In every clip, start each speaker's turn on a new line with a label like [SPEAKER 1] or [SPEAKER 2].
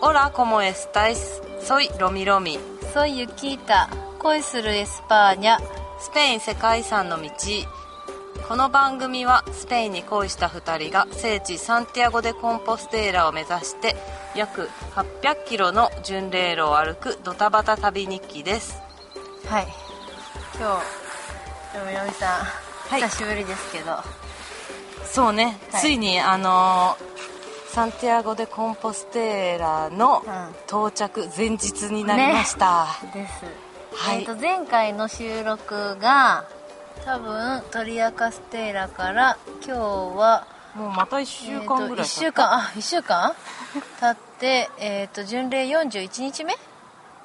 [SPEAKER 1] Hola, ¿cómo estáis? Soy Romi Romi.
[SPEAKER 2] ソイユキータ恋するエスパーニャ
[SPEAKER 1] スペイン世界遺産の道。この番組はスペインに恋した2人が聖地サンティアゴ・デ・コンポステーラを目指して約800キロの巡礼路を歩くドタバタ旅日記です。
[SPEAKER 2] はい今日ヨミヨミさん、
[SPEAKER 1] い
[SPEAKER 2] 久しぶりですけど
[SPEAKER 1] そうね、
[SPEAKER 2] はい
[SPEAKER 1] ついにあのーサンティアゴ・デ・コンポステーラの
[SPEAKER 2] うん
[SPEAKER 1] 到着前日になりました。
[SPEAKER 2] です、
[SPEAKER 1] はい
[SPEAKER 2] えーと前回の収録が多分トリアカステーラから今日は
[SPEAKER 1] もうまた1週間ぐらい経った、
[SPEAKER 2] 1週間あ1 週間経ってえっ、と巡礼41日目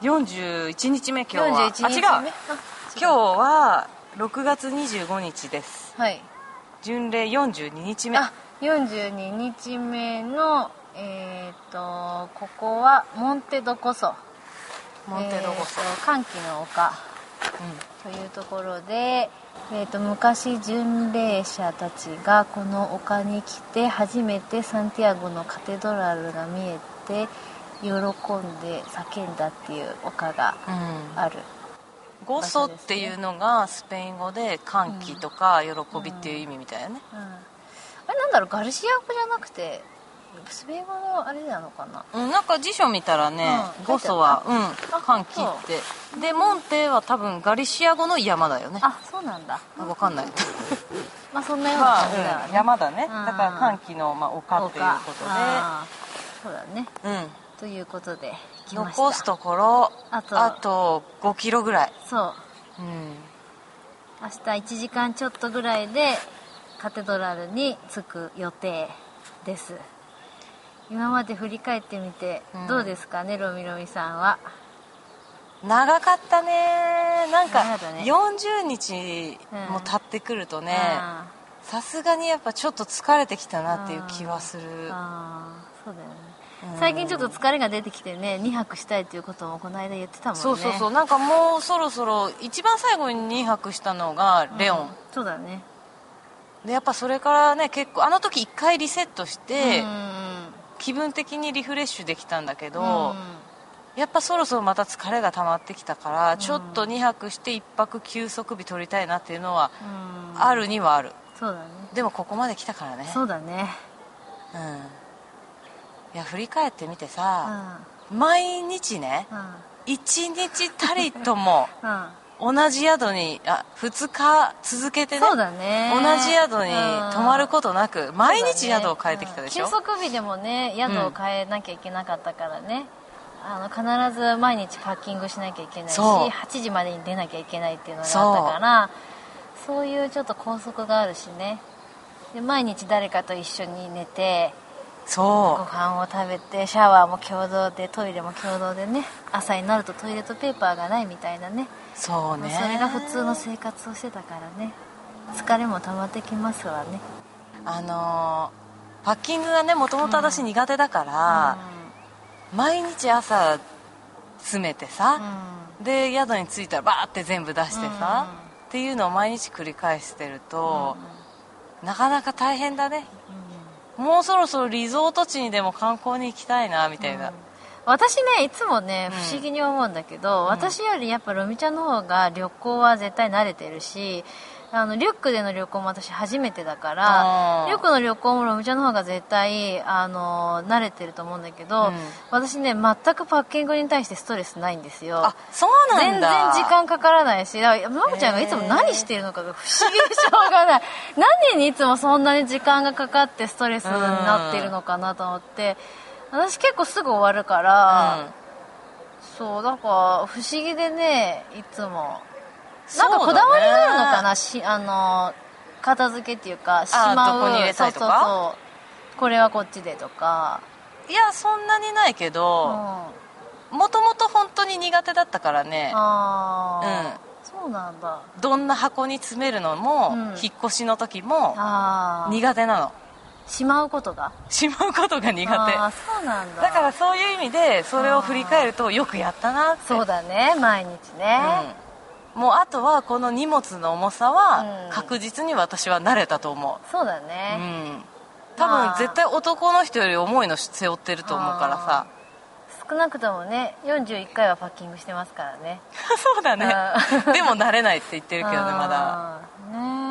[SPEAKER 1] 41日目今日は
[SPEAKER 2] 41日目
[SPEAKER 1] あ違う
[SPEAKER 2] 違
[SPEAKER 1] 今日は6月25日です
[SPEAKER 2] はい
[SPEAKER 1] 巡礼42日目
[SPEAKER 2] あ42日目のえっ、とここはモンテドコソ
[SPEAKER 1] モンテドゴソ、
[SPEAKER 2] えーと歓喜の丘というところで、えー、と昔巡礼者たちがこの丘に来て初めてサンティアゴのカテドラルが見えて喜んで叫んだっていう丘が
[SPEAKER 1] うん
[SPEAKER 2] ある、
[SPEAKER 1] ゴソっていうのがスペイン語で歓喜とか喜びっていう意味みたいなね
[SPEAKER 2] うん、あれなんだろうガルシア語じゃなくてスペイン語のあれなのかな
[SPEAKER 1] うん、なんか辞書見たらね、
[SPEAKER 2] うん
[SPEAKER 1] ゴソは、う
[SPEAKER 2] あ
[SPEAKER 1] ん、歓喜ってでモンテは多分ガリシア語の山だよね
[SPEAKER 2] あそうなんだ
[SPEAKER 1] 分かんない
[SPEAKER 2] まあそんなような
[SPEAKER 1] ま
[SPEAKER 2] 感じだよ
[SPEAKER 1] あ、うん
[SPEAKER 2] ね、
[SPEAKER 1] 山だね、
[SPEAKER 2] うん
[SPEAKER 1] だから歓喜の、まあ、丘
[SPEAKER 2] 丘
[SPEAKER 1] ということで
[SPEAKER 2] あーそうだね
[SPEAKER 1] うん
[SPEAKER 2] ということで来ました
[SPEAKER 1] 残すところ
[SPEAKER 2] あと
[SPEAKER 1] あと5キロぐらい、
[SPEAKER 2] そ
[SPEAKER 1] う
[SPEAKER 2] う
[SPEAKER 1] ん、
[SPEAKER 2] 明日1時間ちょっとぐらいでカテドラルに着く予定です今まで振り返ってみて
[SPEAKER 1] うん
[SPEAKER 2] どうですかね、ロミロミさんは
[SPEAKER 1] 長かったねなんか
[SPEAKER 2] 長かったね
[SPEAKER 1] 40日も経ってくるとね
[SPEAKER 2] あ
[SPEAKER 1] さすがにやっぱちょっと疲れてきたなっていう気はする
[SPEAKER 2] ーあーそうだよね
[SPEAKER 1] うん
[SPEAKER 2] 最近ちょっと疲れが出てきてね2泊したいということもこの間言ってたもんね
[SPEAKER 1] そうそうそう
[SPEAKER 2] う
[SPEAKER 1] なんかもうそろそろ一番最後に2泊したのがレオン
[SPEAKER 2] ん、そうだね
[SPEAKER 1] でやっぱそれからね結構あの時1回リセットして、
[SPEAKER 2] うん
[SPEAKER 1] 気分的にリフレッシュできたんだけど、
[SPEAKER 2] うん
[SPEAKER 1] やっぱそろそろまた疲れが溜まってきたから、ちょっと2泊して1泊休息日取りたいなっていうのは
[SPEAKER 2] うん
[SPEAKER 1] あるにはある、
[SPEAKER 2] そうだね
[SPEAKER 1] でもここまで来たからね
[SPEAKER 2] そうだね
[SPEAKER 1] うんいや振り返ってみて
[SPEAKER 2] うんう
[SPEAKER 1] さ、
[SPEAKER 2] ん
[SPEAKER 1] 毎日ね1日たりとも
[SPEAKER 2] う
[SPEAKER 1] 同じ宿にあ2日続けて
[SPEAKER 2] ん
[SPEAKER 1] ね
[SPEAKER 2] そうだね
[SPEAKER 1] 同じ宿に泊まる
[SPEAKER 2] と
[SPEAKER 1] ことなく毎日宿を変えてきたでしょ、
[SPEAKER 2] うん休息日でもね宿を変えなきゃいけなかったからね、あの必ず毎日パッキングしなきゃいけないし
[SPEAKER 1] そう
[SPEAKER 2] 8時までに出なきゃいけないっていうのが
[SPEAKER 1] そう
[SPEAKER 2] あったからそういうちょっと拘束があるしねで毎日誰かと一緒に寝てご
[SPEAKER 1] そ
[SPEAKER 2] 飯を食べてシャワーも共同でトイレも共同でね朝になるとトイレットペーパーがないみたいなね
[SPEAKER 1] うそう
[SPEAKER 2] もう
[SPEAKER 1] ね
[SPEAKER 2] それが普通の生活をしてたからね疲れも溜まってきますわね
[SPEAKER 1] あのーパッキングがねもともと私苦手だから、毎日朝詰めて
[SPEAKER 2] うん
[SPEAKER 1] さ、
[SPEAKER 2] うん
[SPEAKER 1] で宿に着いたらバーって全部出してさ、っていうのを毎日繰り返してると、なかなか大変だねもうそろそろリゾート地にでも観光に行きたいなみたいな、
[SPEAKER 2] 私ねいつもね
[SPEAKER 1] うん
[SPEAKER 2] 不思議に思うんだけど、私よりやっぱロミちゃんの方が旅行は絶対慣れてるしあのリュックでの旅行も私初めてだから
[SPEAKER 1] あー
[SPEAKER 2] リュックの旅行もロミちゃんの方が絶対あの慣れてると思うんだけど、
[SPEAKER 1] うん
[SPEAKER 2] 私ね全くパッキングに対してストレスないんですよ
[SPEAKER 1] あそう
[SPEAKER 2] 全
[SPEAKER 1] なんだ
[SPEAKER 2] 然時間かからないしだからマムちゃんがいつも何してるのかが不思議でしょうが ない何にいつもそんなに時間がかかってストレスになってるのかなと思って私結構すぐ終わるから、
[SPEAKER 1] うん
[SPEAKER 2] そうだから不思議でねいつも
[SPEAKER 1] そ
[SPEAKER 2] な
[SPEAKER 1] うんだね
[SPEAKER 2] かこだわりがあるのかなしあの片付けっていうかしまう
[SPEAKER 1] どこに入れたりとか
[SPEAKER 2] そうそうそうこれはこっちでとか、
[SPEAKER 1] いやそんなにないけ
[SPEAKER 2] うん、
[SPEAKER 1] ど
[SPEAKER 2] あ
[SPEAKER 1] もともと本当に苦手だったからね
[SPEAKER 2] あ、そうなんだ
[SPEAKER 1] どんな箱に詰めるのも、
[SPEAKER 2] うん
[SPEAKER 1] 引っ越しの時も
[SPEAKER 2] ああ
[SPEAKER 1] 苦手なの
[SPEAKER 2] しまうことが
[SPEAKER 1] しまうことが苦手
[SPEAKER 2] ああ
[SPEAKER 1] だ
[SPEAKER 2] そうなんだ
[SPEAKER 1] からそういう意味でそれを振り返るとよくやったなって
[SPEAKER 2] そうだね毎日ね、
[SPEAKER 1] うん、もうあとはこの荷物の重さ
[SPEAKER 2] う
[SPEAKER 1] は
[SPEAKER 2] ん
[SPEAKER 1] 確実に私は慣れたと思
[SPEAKER 2] そうだ
[SPEAKER 1] う、うん
[SPEAKER 2] ね、
[SPEAKER 1] 多
[SPEAKER 2] まあ
[SPEAKER 1] 分絶対男の人より重いの背負ってると思うからさ
[SPEAKER 2] 疲少なくともね41回はパッキングしてますからね
[SPEAKER 1] そうだね
[SPEAKER 2] あ
[SPEAKER 1] でも慣れないって言ってるけどねまだ
[SPEAKER 2] だね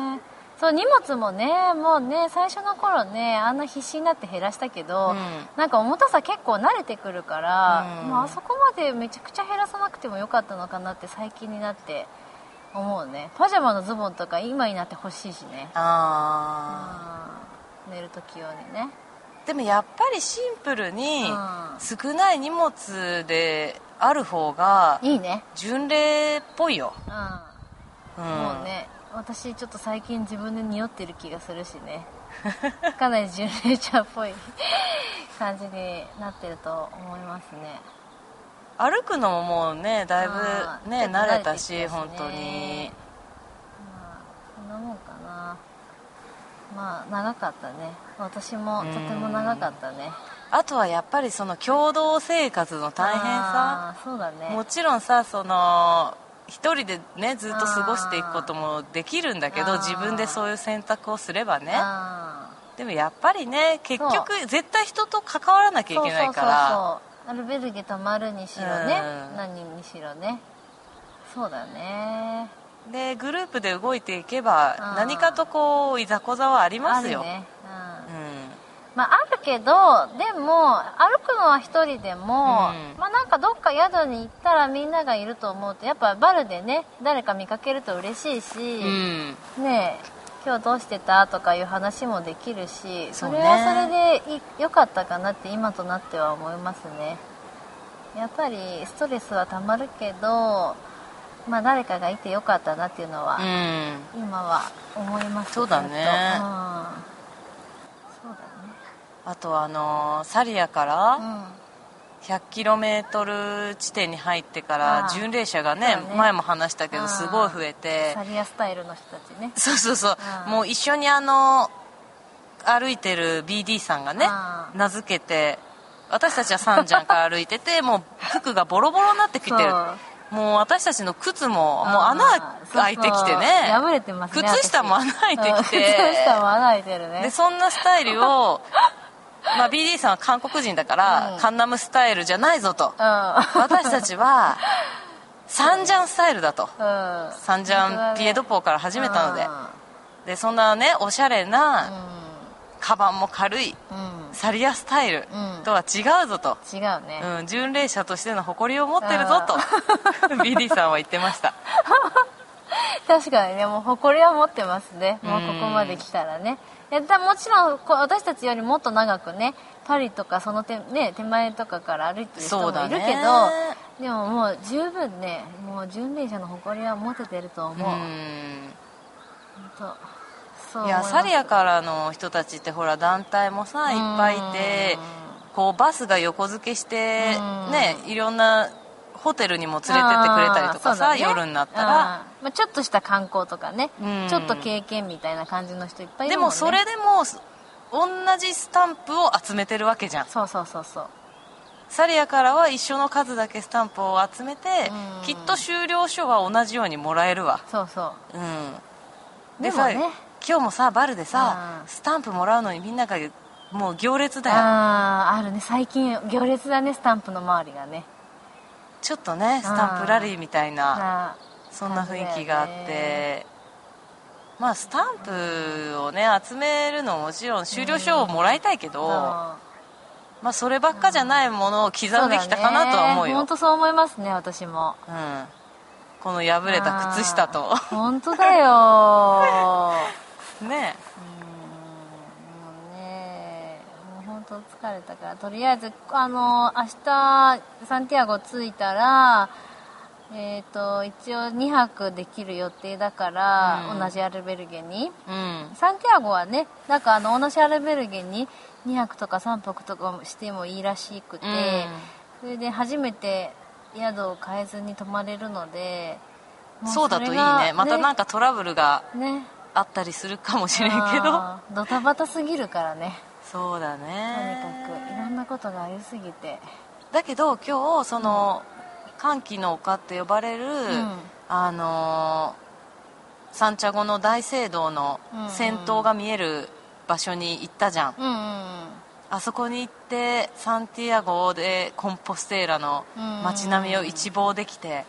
[SPEAKER 2] そう荷物もねもうね最初の頃ねあんな必死になって減らしたけど、
[SPEAKER 1] うん
[SPEAKER 2] なんか重たさ結構慣れてくるから、
[SPEAKER 1] うん
[SPEAKER 2] まああそこまでめちゃくちゃ減らさなくてもよかったのかなって最近になって思うねパジャマのズボンとか今になってほしいしね
[SPEAKER 1] あ
[SPEAKER 2] うん寝る時用にね
[SPEAKER 1] ーでもやっぱりシンプルに
[SPEAKER 2] うん
[SPEAKER 1] 少ない荷物である方が
[SPEAKER 2] いいね
[SPEAKER 1] 巡礼っぽいよ、
[SPEAKER 2] うん、
[SPEAKER 1] うん、
[SPEAKER 2] もうね私ちょっと最近自分で匂ってる気がするし ねかなり純霊者っぽい感じになってると思いますね
[SPEAKER 1] 歩くのももうねだいぶね
[SPEAKER 2] うん
[SPEAKER 1] 慣れたし
[SPEAKER 2] ちょっと慣
[SPEAKER 1] 本
[SPEAKER 2] れてき
[SPEAKER 1] 当
[SPEAKER 2] たしね
[SPEAKER 1] に
[SPEAKER 2] まあこんなもんかなまあ長かったね私もとても長かったね
[SPEAKER 1] あとはやっぱりその共同生活の大変さ
[SPEAKER 2] あーそうだね
[SPEAKER 1] もちろんさその一人でねずっと過ごしていくこともできるんだけ
[SPEAKER 2] あ
[SPEAKER 1] ど
[SPEAKER 2] ー
[SPEAKER 1] 自分でそういう選択をすればね
[SPEAKER 2] あー
[SPEAKER 1] でもやっぱりね結
[SPEAKER 2] そ
[SPEAKER 1] 局絶対人と関わらなきゃいけないから
[SPEAKER 2] そうそうそうそうアルベルゲ泊まるにしろね
[SPEAKER 1] うん
[SPEAKER 2] 何にしろねそうだね
[SPEAKER 1] でグループで動いていけ
[SPEAKER 2] あ
[SPEAKER 1] ば
[SPEAKER 2] ー
[SPEAKER 1] 何かとこういざこざはありますよ、
[SPEAKER 2] あるね、うん
[SPEAKER 1] うん
[SPEAKER 2] まあ、あるけどでも歩くのは一人でも、
[SPEAKER 1] うん
[SPEAKER 2] まあ、なんかどっか宿に行ったらみんながいると思うとやっぱバルでね誰か見かけると嬉しいし、
[SPEAKER 1] うん
[SPEAKER 2] ねえ今日どうしてたとかいう話もできるし
[SPEAKER 1] そ
[SPEAKER 2] そう
[SPEAKER 1] ね
[SPEAKER 2] れはそれでい良かったかなって今となっては思いますねやっぱりストレスはたまるけど、まあ、誰かがいて良かったなっていうのは、
[SPEAKER 1] うん
[SPEAKER 2] 今は思います
[SPEAKER 1] そうだね
[SPEAKER 2] ずっとうん、そう
[SPEAKER 1] あとあのーサリアから、
[SPEAKER 2] だねうん
[SPEAKER 1] 100km 地点に入ってか
[SPEAKER 2] あ
[SPEAKER 1] ら
[SPEAKER 2] あ
[SPEAKER 1] 巡礼者がね
[SPEAKER 2] そうね
[SPEAKER 1] 前も話したけ
[SPEAKER 2] あ
[SPEAKER 1] ど
[SPEAKER 2] あ
[SPEAKER 1] すごい増えて
[SPEAKER 2] サリアスタイルの人たちね
[SPEAKER 1] そうそうそう
[SPEAKER 2] ああ
[SPEAKER 1] もう一緒にあの歩いてる BD さんがね
[SPEAKER 2] ああ
[SPEAKER 1] 名付けて私たちはサンジャンから歩いて てもう服がボロボロになってきてる
[SPEAKER 2] そう
[SPEAKER 1] もう私たちの靴ももう
[SPEAKER 2] あー
[SPEAKER 1] 穴開いてきてね
[SPEAKER 2] そうそう破れてますね
[SPEAKER 1] 靴下も
[SPEAKER 2] 私
[SPEAKER 1] 穴開いてきて
[SPEAKER 2] うん靴下も穴開いてるね
[SPEAKER 1] でそんなスタイル をまあ BD さんは韓国人だから、
[SPEAKER 2] うん
[SPEAKER 1] カンナムスタイルじゃないぞと
[SPEAKER 2] うん
[SPEAKER 1] 私たちはサンジャンスタイルだと
[SPEAKER 2] うん
[SPEAKER 1] サンジャンピエドポーから始めたのででそんなねおしゃれ
[SPEAKER 2] う
[SPEAKER 1] なんカバンも軽い
[SPEAKER 2] うん
[SPEAKER 1] サリアスタイル
[SPEAKER 2] うん
[SPEAKER 1] とは違うぞと、
[SPEAKER 2] 違うね
[SPEAKER 1] うん、巡礼者としての誇りを持ってるぞと BD さんは言ってました
[SPEAKER 2] 確かにねもう誇りは持ってますねもうここまで来たらねいやだもちろんこう私たちよりもっと長くねパリとかその手,、ね、手前とかから歩いてる人も
[SPEAKER 1] そうだ
[SPEAKER 2] いる
[SPEAKER 1] ね
[SPEAKER 2] けどでももう十分ねもう巡礼者の誇りは持ててると思う、
[SPEAKER 1] うん
[SPEAKER 2] 本当そう
[SPEAKER 1] い
[SPEAKER 2] 思
[SPEAKER 1] や
[SPEAKER 2] ます
[SPEAKER 1] サリアからの人たちってほら団体もさいっぱいいてこうバスが横付けして
[SPEAKER 2] うん
[SPEAKER 1] ねいろんなホテルにも連れてってくれたりとかさ、
[SPEAKER 2] あーそうだね
[SPEAKER 1] 夜になったら
[SPEAKER 2] うんまあ、ちょっとした観光とかね、
[SPEAKER 1] うん
[SPEAKER 2] ちょっと経験みたいな感じの人いっぱいい
[SPEAKER 1] で
[SPEAKER 2] るもん、
[SPEAKER 1] も
[SPEAKER 2] ね、
[SPEAKER 1] それでもす同じスタンプを集めてるわけじゃん
[SPEAKER 2] そうそうそうそう
[SPEAKER 1] サリアからは一緒の数だけスタンプを集めて
[SPEAKER 2] うん
[SPEAKER 1] きっと終了書は同じようにもらえるわ
[SPEAKER 2] そうそう
[SPEAKER 1] うん
[SPEAKER 2] でもね
[SPEAKER 1] さ今日もさバルでさ
[SPEAKER 2] うん
[SPEAKER 1] スタンプもらうのにみんながもう行列だよ
[SPEAKER 2] あーあるね最近行列だねスタンプの周りがね
[SPEAKER 1] ちょっとねスタンプラリーみたいな
[SPEAKER 2] あ
[SPEAKER 1] そんな雰囲気があっ
[SPEAKER 2] 感じだよ
[SPEAKER 1] てまあスタンプをね集めるのももちろん終了書をもらいたいけど、
[SPEAKER 2] ー
[SPEAKER 1] まあ、そればっかじゃないものを刻んできたかなとは思うよ
[SPEAKER 2] 本当そう思いますね私も
[SPEAKER 1] うん、この破れた靴下と
[SPEAKER 2] あー本当だよ
[SPEAKER 1] ね
[SPEAKER 2] うーんもうねもう本当疲れたからとりあえずあの明日サンティアゴ着いたらえっ、と一応2泊できる予定だから、
[SPEAKER 1] うん
[SPEAKER 2] 同じアルベルゲに
[SPEAKER 1] うん
[SPEAKER 2] サンティアゴはねなんかあの同じアルベルゲに2泊とか3泊とかもしてもいいらしくて、それで初めて宿を変えずに泊まれるので
[SPEAKER 1] うん、
[SPEAKER 2] も
[SPEAKER 1] そうだといい
[SPEAKER 2] れが
[SPEAKER 1] ねまたなんかトラブルが
[SPEAKER 2] ね
[SPEAKER 1] あったりするかもしれんけど
[SPEAKER 2] あードタバタすぎるからね
[SPEAKER 1] そうだ
[SPEAKER 2] とに
[SPEAKER 1] ね
[SPEAKER 2] かくいろんなことがありすぎて
[SPEAKER 1] だけど今日その歓喜の丘って呼ばれる、
[SPEAKER 2] ん
[SPEAKER 1] あのーサンチャゴの大聖堂の
[SPEAKER 2] うんうん
[SPEAKER 1] 先頭が見える場所に行ったじゃん、
[SPEAKER 2] うんうんうん
[SPEAKER 1] あそこに行ってサンティアゴでコンポステーラの街並みを一望できて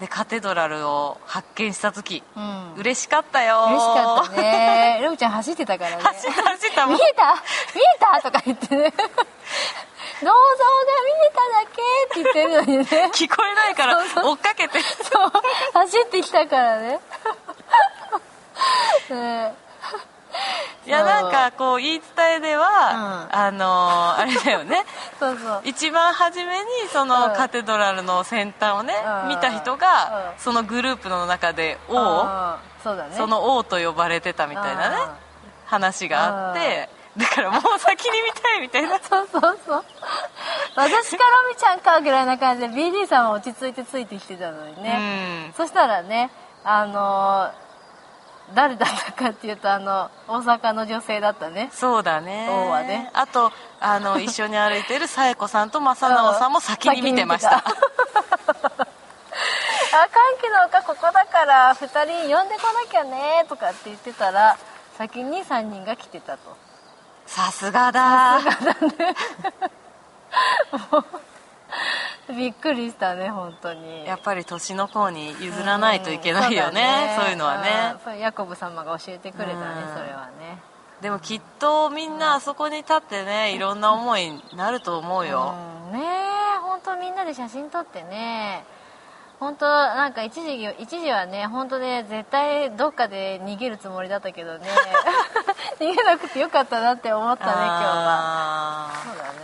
[SPEAKER 1] でカテドラルを発見した時
[SPEAKER 2] うん、うん、嬉
[SPEAKER 1] 嬉し
[SPEAKER 2] し
[SPEAKER 1] かったよー
[SPEAKER 2] かったねロブちゃん走ってたからね
[SPEAKER 1] 走った走った
[SPEAKER 2] 見
[SPEAKER 1] もう
[SPEAKER 2] えた見えたとか言ってね銅像が見えただけって言ってるのにね
[SPEAKER 1] 聞こえないから追っかけて
[SPEAKER 2] そう走ってきたからね
[SPEAKER 1] い
[SPEAKER 2] ね
[SPEAKER 1] や
[SPEAKER 2] そう
[SPEAKER 1] なんかこう言い伝えでは、
[SPEAKER 2] うん
[SPEAKER 1] あのーあれだよね
[SPEAKER 2] そうそう
[SPEAKER 1] 一番初めにその
[SPEAKER 2] うん
[SPEAKER 1] カテドラルの先端をね、
[SPEAKER 2] うん
[SPEAKER 1] 見た人が、
[SPEAKER 2] うん
[SPEAKER 1] そのグループの中で王、
[SPEAKER 2] うんそうだね
[SPEAKER 1] その王と呼ばれてたみたいなね、
[SPEAKER 2] うん
[SPEAKER 1] 話があって、だからもう先に見たいみたいな
[SPEAKER 2] そうそうそう私かロミちゃんかぐらいな感じで BD さんは落ち着いてついてきてたのにね、そしたらねあのー誰だったかっていうとあの大阪の女性だったね
[SPEAKER 1] うんそうだね
[SPEAKER 2] 王はね
[SPEAKER 1] あとあの一緒に歩いてる紗栄子さんと正直さんも先に見てま した
[SPEAKER 2] 先に見てたあ歓喜の丘ここだから2人呼んでこなきゃねとかって言ってたら先に3人が来てたと
[SPEAKER 1] さすがだ
[SPEAKER 2] びっくりしたね本当に
[SPEAKER 1] やっぱり年の子に譲らないといけないよね,、
[SPEAKER 2] ん
[SPEAKER 1] そういうのはね
[SPEAKER 2] うん、そうヤコブ様が教えてくれたね、
[SPEAKER 1] うん
[SPEAKER 2] それはね
[SPEAKER 1] でもきっとみんなあそこに立って ねいろんな思いになると思うよ、
[SPEAKER 2] うん、ねえ本当みんなで写真撮ってね本当なんか一時期一時はね本当ね絶対どっかで逃げるつもりだったけど ね逃げなくてよかったなって思ったね今日は
[SPEAKER 1] あー
[SPEAKER 2] そうだね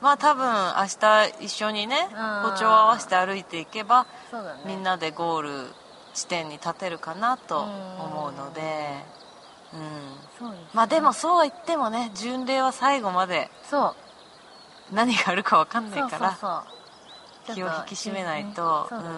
[SPEAKER 1] まあ多分明日一緒にね
[SPEAKER 2] うん
[SPEAKER 1] 歩調を合わせて歩いていけば
[SPEAKER 2] そうだね
[SPEAKER 1] みんなでゴール地点に立てるかなと思うのでうん
[SPEAKER 2] そうです
[SPEAKER 1] まあでもそうは言ってもね巡礼は最後まで
[SPEAKER 2] そう
[SPEAKER 1] 何があるか分かんない
[SPEAKER 2] そう
[SPEAKER 1] か
[SPEAKER 2] そう
[SPEAKER 1] ら
[SPEAKER 2] そう
[SPEAKER 1] 気を引き締めないと
[SPEAKER 2] ちょっ
[SPEAKER 1] う
[SPEAKER 2] ねそうだね
[SPEAKER 1] ん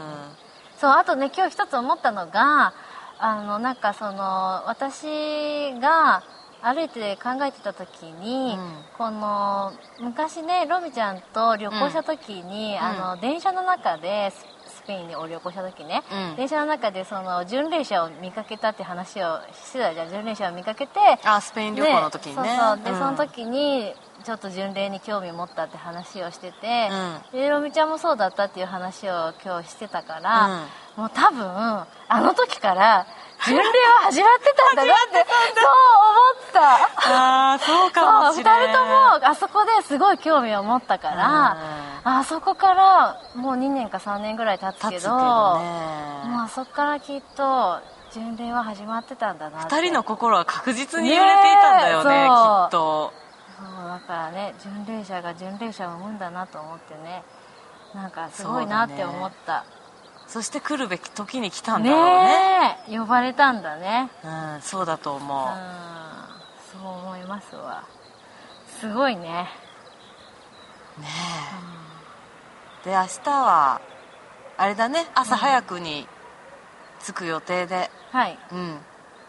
[SPEAKER 2] そうあとね今日一つ思ったのがあのなんかその私が歩いて考えてた時に、
[SPEAKER 1] うん
[SPEAKER 2] この昔ねロミちゃんと旅行した時に、
[SPEAKER 1] ん
[SPEAKER 2] あの電車の中でススペインにお旅行した時ね、
[SPEAKER 1] うん
[SPEAKER 2] 電車の中でその巡礼者を見かけたって話をしてたじゃん巡礼者を見かけて
[SPEAKER 1] あスペイン旅行の時にね
[SPEAKER 2] そうそうで、
[SPEAKER 1] うん
[SPEAKER 2] その時にちょっと巡礼に興味持ったって話をしてて、
[SPEAKER 1] うん
[SPEAKER 2] でロミちゃんもそうだったっていう話を今日してたから、もう多分あの時から巡礼は始まってたんだなってそう思った
[SPEAKER 1] ああそうか
[SPEAKER 2] そ
[SPEAKER 1] も
[SPEAKER 2] う
[SPEAKER 1] し
[SPEAKER 2] 2
[SPEAKER 1] れない
[SPEAKER 2] 人ともあそこですごい興味を持ったから、あそこからもう2年か3年ぐらい経つけど
[SPEAKER 1] 立つけどね
[SPEAKER 2] もうあそこからきっと巡礼は始まってたんだなって
[SPEAKER 1] 二人の心は確実に揺れていたんだよね
[SPEAKER 2] ね
[SPEAKER 1] き
[SPEAKER 2] えそう
[SPEAKER 1] っと
[SPEAKER 2] そうだからね巡礼者が巡礼者を生んだなと思ってねなんかすごいなって思った
[SPEAKER 1] そして来るべき時に来たんだ
[SPEAKER 2] ね
[SPEAKER 1] ろうね
[SPEAKER 2] え呼ばれたんだね
[SPEAKER 1] うんそうだと
[SPEAKER 2] う
[SPEAKER 1] 思
[SPEAKER 2] ん
[SPEAKER 1] う
[SPEAKER 2] そう思いますわすごいね
[SPEAKER 1] ねえで明日はあれだね朝早くに着く予定で
[SPEAKER 2] はい
[SPEAKER 1] うん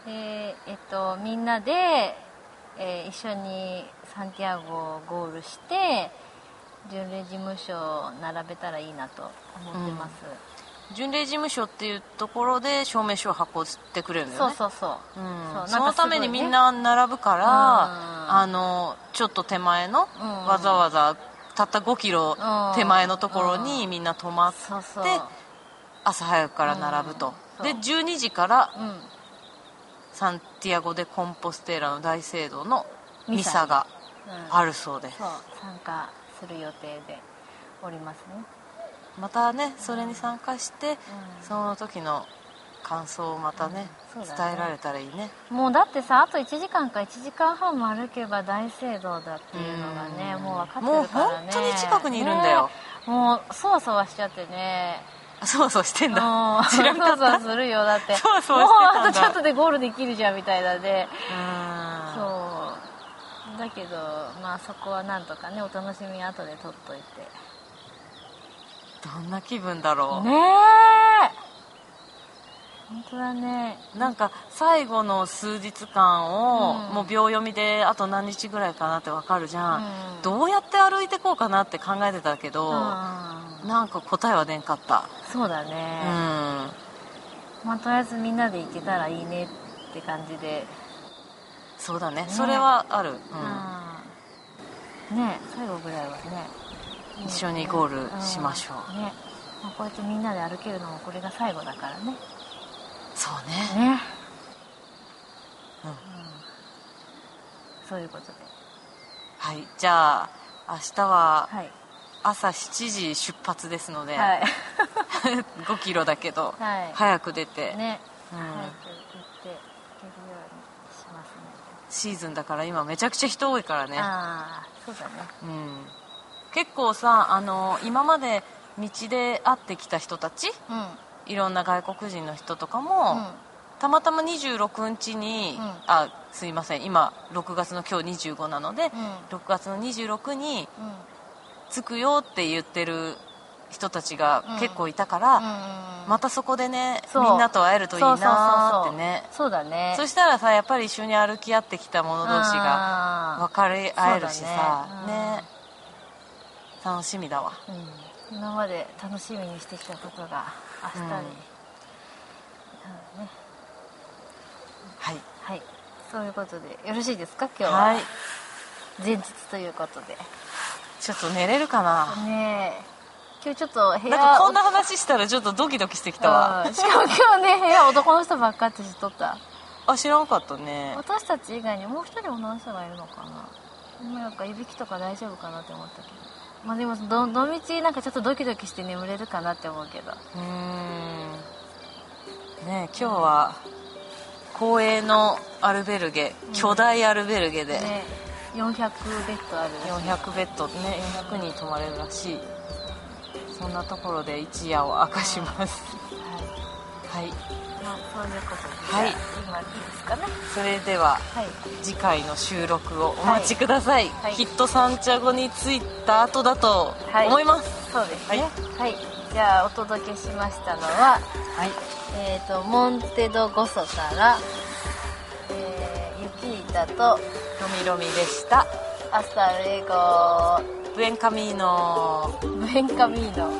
[SPEAKER 2] でえっとみんなで、えー一緒にサンティアゴをゴールして巡礼事務所を並べたらいいなと思ってます、
[SPEAKER 1] 巡礼事務所っていうところで証明書を運ってくれるんだよ
[SPEAKER 2] そう
[SPEAKER 1] ね
[SPEAKER 2] そうそう,、
[SPEAKER 1] うん
[SPEAKER 2] そう
[SPEAKER 1] そのためにみんな
[SPEAKER 2] か
[SPEAKER 1] 並ぶから、
[SPEAKER 2] うん
[SPEAKER 1] あのちょっと手前の、
[SPEAKER 2] うん
[SPEAKER 1] わざわざたった5キロ
[SPEAKER 2] うん
[SPEAKER 1] 手前のところにみんな泊まっ
[SPEAKER 2] すごいねそうそう
[SPEAKER 1] で朝早くから並ぶと、
[SPEAKER 2] うん
[SPEAKER 1] で12時から
[SPEAKER 2] うん
[SPEAKER 1] サンティアゴ・でコンポステーラの大聖堂のミ
[SPEAKER 2] ミ
[SPEAKER 1] サ
[SPEAKER 2] サ
[SPEAKER 1] が
[SPEAKER 2] うん
[SPEAKER 1] あるそうです
[SPEAKER 2] そう参加する予定でおりますね、
[SPEAKER 1] またねそれに参加して、
[SPEAKER 2] うん
[SPEAKER 1] その時の感想をまたね,、
[SPEAKER 2] うんそうだね
[SPEAKER 1] 伝えられたらいいね
[SPEAKER 2] もうだってさあと1時間か1時間半も歩けば大聖堂だっていうのがね
[SPEAKER 1] うん
[SPEAKER 2] もう分かってるからね
[SPEAKER 1] もう本当に近くにいるんだよ
[SPEAKER 2] ねもうそわそわしちゃってね
[SPEAKER 1] あそうそうしてんだ
[SPEAKER 2] もう
[SPEAKER 1] 知
[SPEAKER 2] そ
[SPEAKER 1] らんか
[SPEAKER 2] わ
[SPEAKER 1] った
[SPEAKER 2] そわするよだって
[SPEAKER 1] そわそわ
[SPEAKER 2] も
[SPEAKER 1] してたん
[SPEAKER 2] う
[SPEAKER 1] だ
[SPEAKER 2] あとちょっとでゴールできるじゃんみたいなで
[SPEAKER 1] うん
[SPEAKER 2] そうだけどまあそこはなんとかねお楽しみ後で撮っといて
[SPEAKER 1] どんな気分だろう、
[SPEAKER 2] ねえ本当だね
[SPEAKER 1] なんか最後の数日間を、
[SPEAKER 2] うん
[SPEAKER 1] もう秒読みであと何日ぐらいかなってわかるじゃん、
[SPEAKER 2] うん
[SPEAKER 1] どうやって歩いてこうかなって考えてたけど、
[SPEAKER 2] うん
[SPEAKER 1] なんか答えは出んかった、
[SPEAKER 2] そうだね、
[SPEAKER 1] うん
[SPEAKER 2] まあ、とりあえずみんなで行けたらいいねって感じで
[SPEAKER 1] そうだねそれはある、うん
[SPEAKER 2] うんね最後ぐらいはね
[SPEAKER 1] 一緒にゴールしましょう、
[SPEAKER 2] うんねまあこうやってみんなで歩けるのもこれが最後だからね
[SPEAKER 1] そうね
[SPEAKER 2] ね、
[SPEAKER 1] うん
[SPEAKER 2] そういうことで
[SPEAKER 1] はいじゃあ明日は
[SPEAKER 2] はい
[SPEAKER 1] 朝7時出発ですので、
[SPEAKER 2] はい
[SPEAKER 1] 5キロだけど、
[SPEAKER 2] はい
[SPEAKER 1] 早く出て、
[SPEAKER 2] ね、
[SPEAKER 1] うん
[SPEAKER 2] 早く行っていけるようにしますね
[SPEAKER 1] シーズンだから今めちゃくちゃ人多いからね、
[SPEAKER 2] ああそうだね
[SPEAKER 1] うん、結構さあの今まで道で会ってきた人たち
[SPEAKER 2] うん
[SPEAKER 1] いろんな外国人の人とかも、
[SPEAKER 2] うん
[SPEAKER 1] たまたま26日に、
[SPEAKER 2] うん
[SPEAKER 1] あすいません今6月の今日25なので、
[SPEAKER 2] う
[SPEAKER 1] 6月の26に
[SPEAKER 2] んうん
[SPEAKER 1] 着くよって言ってる人たちが結構いたか
[SPEAKER 2] う
[SPEAKER 1] ら、
[SPEAKER 2] ん
[SPEAKER 1] またそこでね
[SPEAKER 2] そう
[SPEAKER 1] みんなと会えるといいなーってね
[SPEAKER 2] そうそうそうそうだね
[SPEAKER 1] そしたらさやっぱり一緒に歩き合ってきた者同士が
[SPEAKER 2] が
[SPEAKER 1] 分かり合えるしさ
[SPEAKER 2] そ
[SPEAKER 1] ね
[SPEAKER 2] うだね
[SPEAKER 1] 楽しみだわ
[SPEAKER 2] うん、今まで楽しみにしてきたことが明日に、
[SPEAKER 1] うん
[SPEAKER 2] うんね、
[SPEAKER 1] はい
[SPEAKER 2] はいそういうことでよろしいですか今日は、
[SPEAKER 1] はい
[SPEAKER 2] 前日ということで
[SPEAKER 1] ちょっと寝れるかな
[SPEAKER 2] ねえ今日ちょっと部
[SPEAKER 1] な
[SPEAKER 2] 屋
[SPEAKER 1] んかこんな話したらちょっとドキドキしてきたわ
[SPEAKER 2] うんしかも今日 ね部屋男の人ばっかって知っとった
[SPEAKER 1] あ知らんかったね
[SPEAKER 2] 私たち以外にもう一人女の人がいるのかな今なんかいびきとか大丈夫かなって思ったけどまあでもどどの道なんかちょっとドキドキして眠れるかなって思うけど
[SPEAKER 1] うーんねえ今日は公営のアルベルゲ巨大アルベルゲで
[SPEAKER 2] ね400ベッドあるらしい
[SPEAKER 1] 400ベッドね400人泊まれるらしいそんなところで一夜を明かします
[SPEAKER 2] はい
[SPEAKER 1] はい
[SPEAKER 2] まあ、そういうことで、
[SPEAKER 1] はい
[SPEAKER 2] 今いいですかね
[SPEAKER 1] それでは
[SPEAKER 2] はい
[SPEAKER 1] 次回の収録をお待ちください、
[SPEAKER 2] はい
[SPEAKER 1] きっとサンチャゴに着いた後だと思います
[SPEAKER 2] そうです
[SPEAKER 1] はい
[SPEAKER 2] ねはい、じゃあお届けしましたのは、
[SPEAKER 1] はい、
[SPEAKER 2] えー、とモンテドゴソから、えー、ユキータと
[SPEAKER 1] ロミロミでした
[SPEAKER 2] アスタレゴ
[SPEAKER 1] ブエンカミーノ
[SPEAKER 2] ブエンカミーノ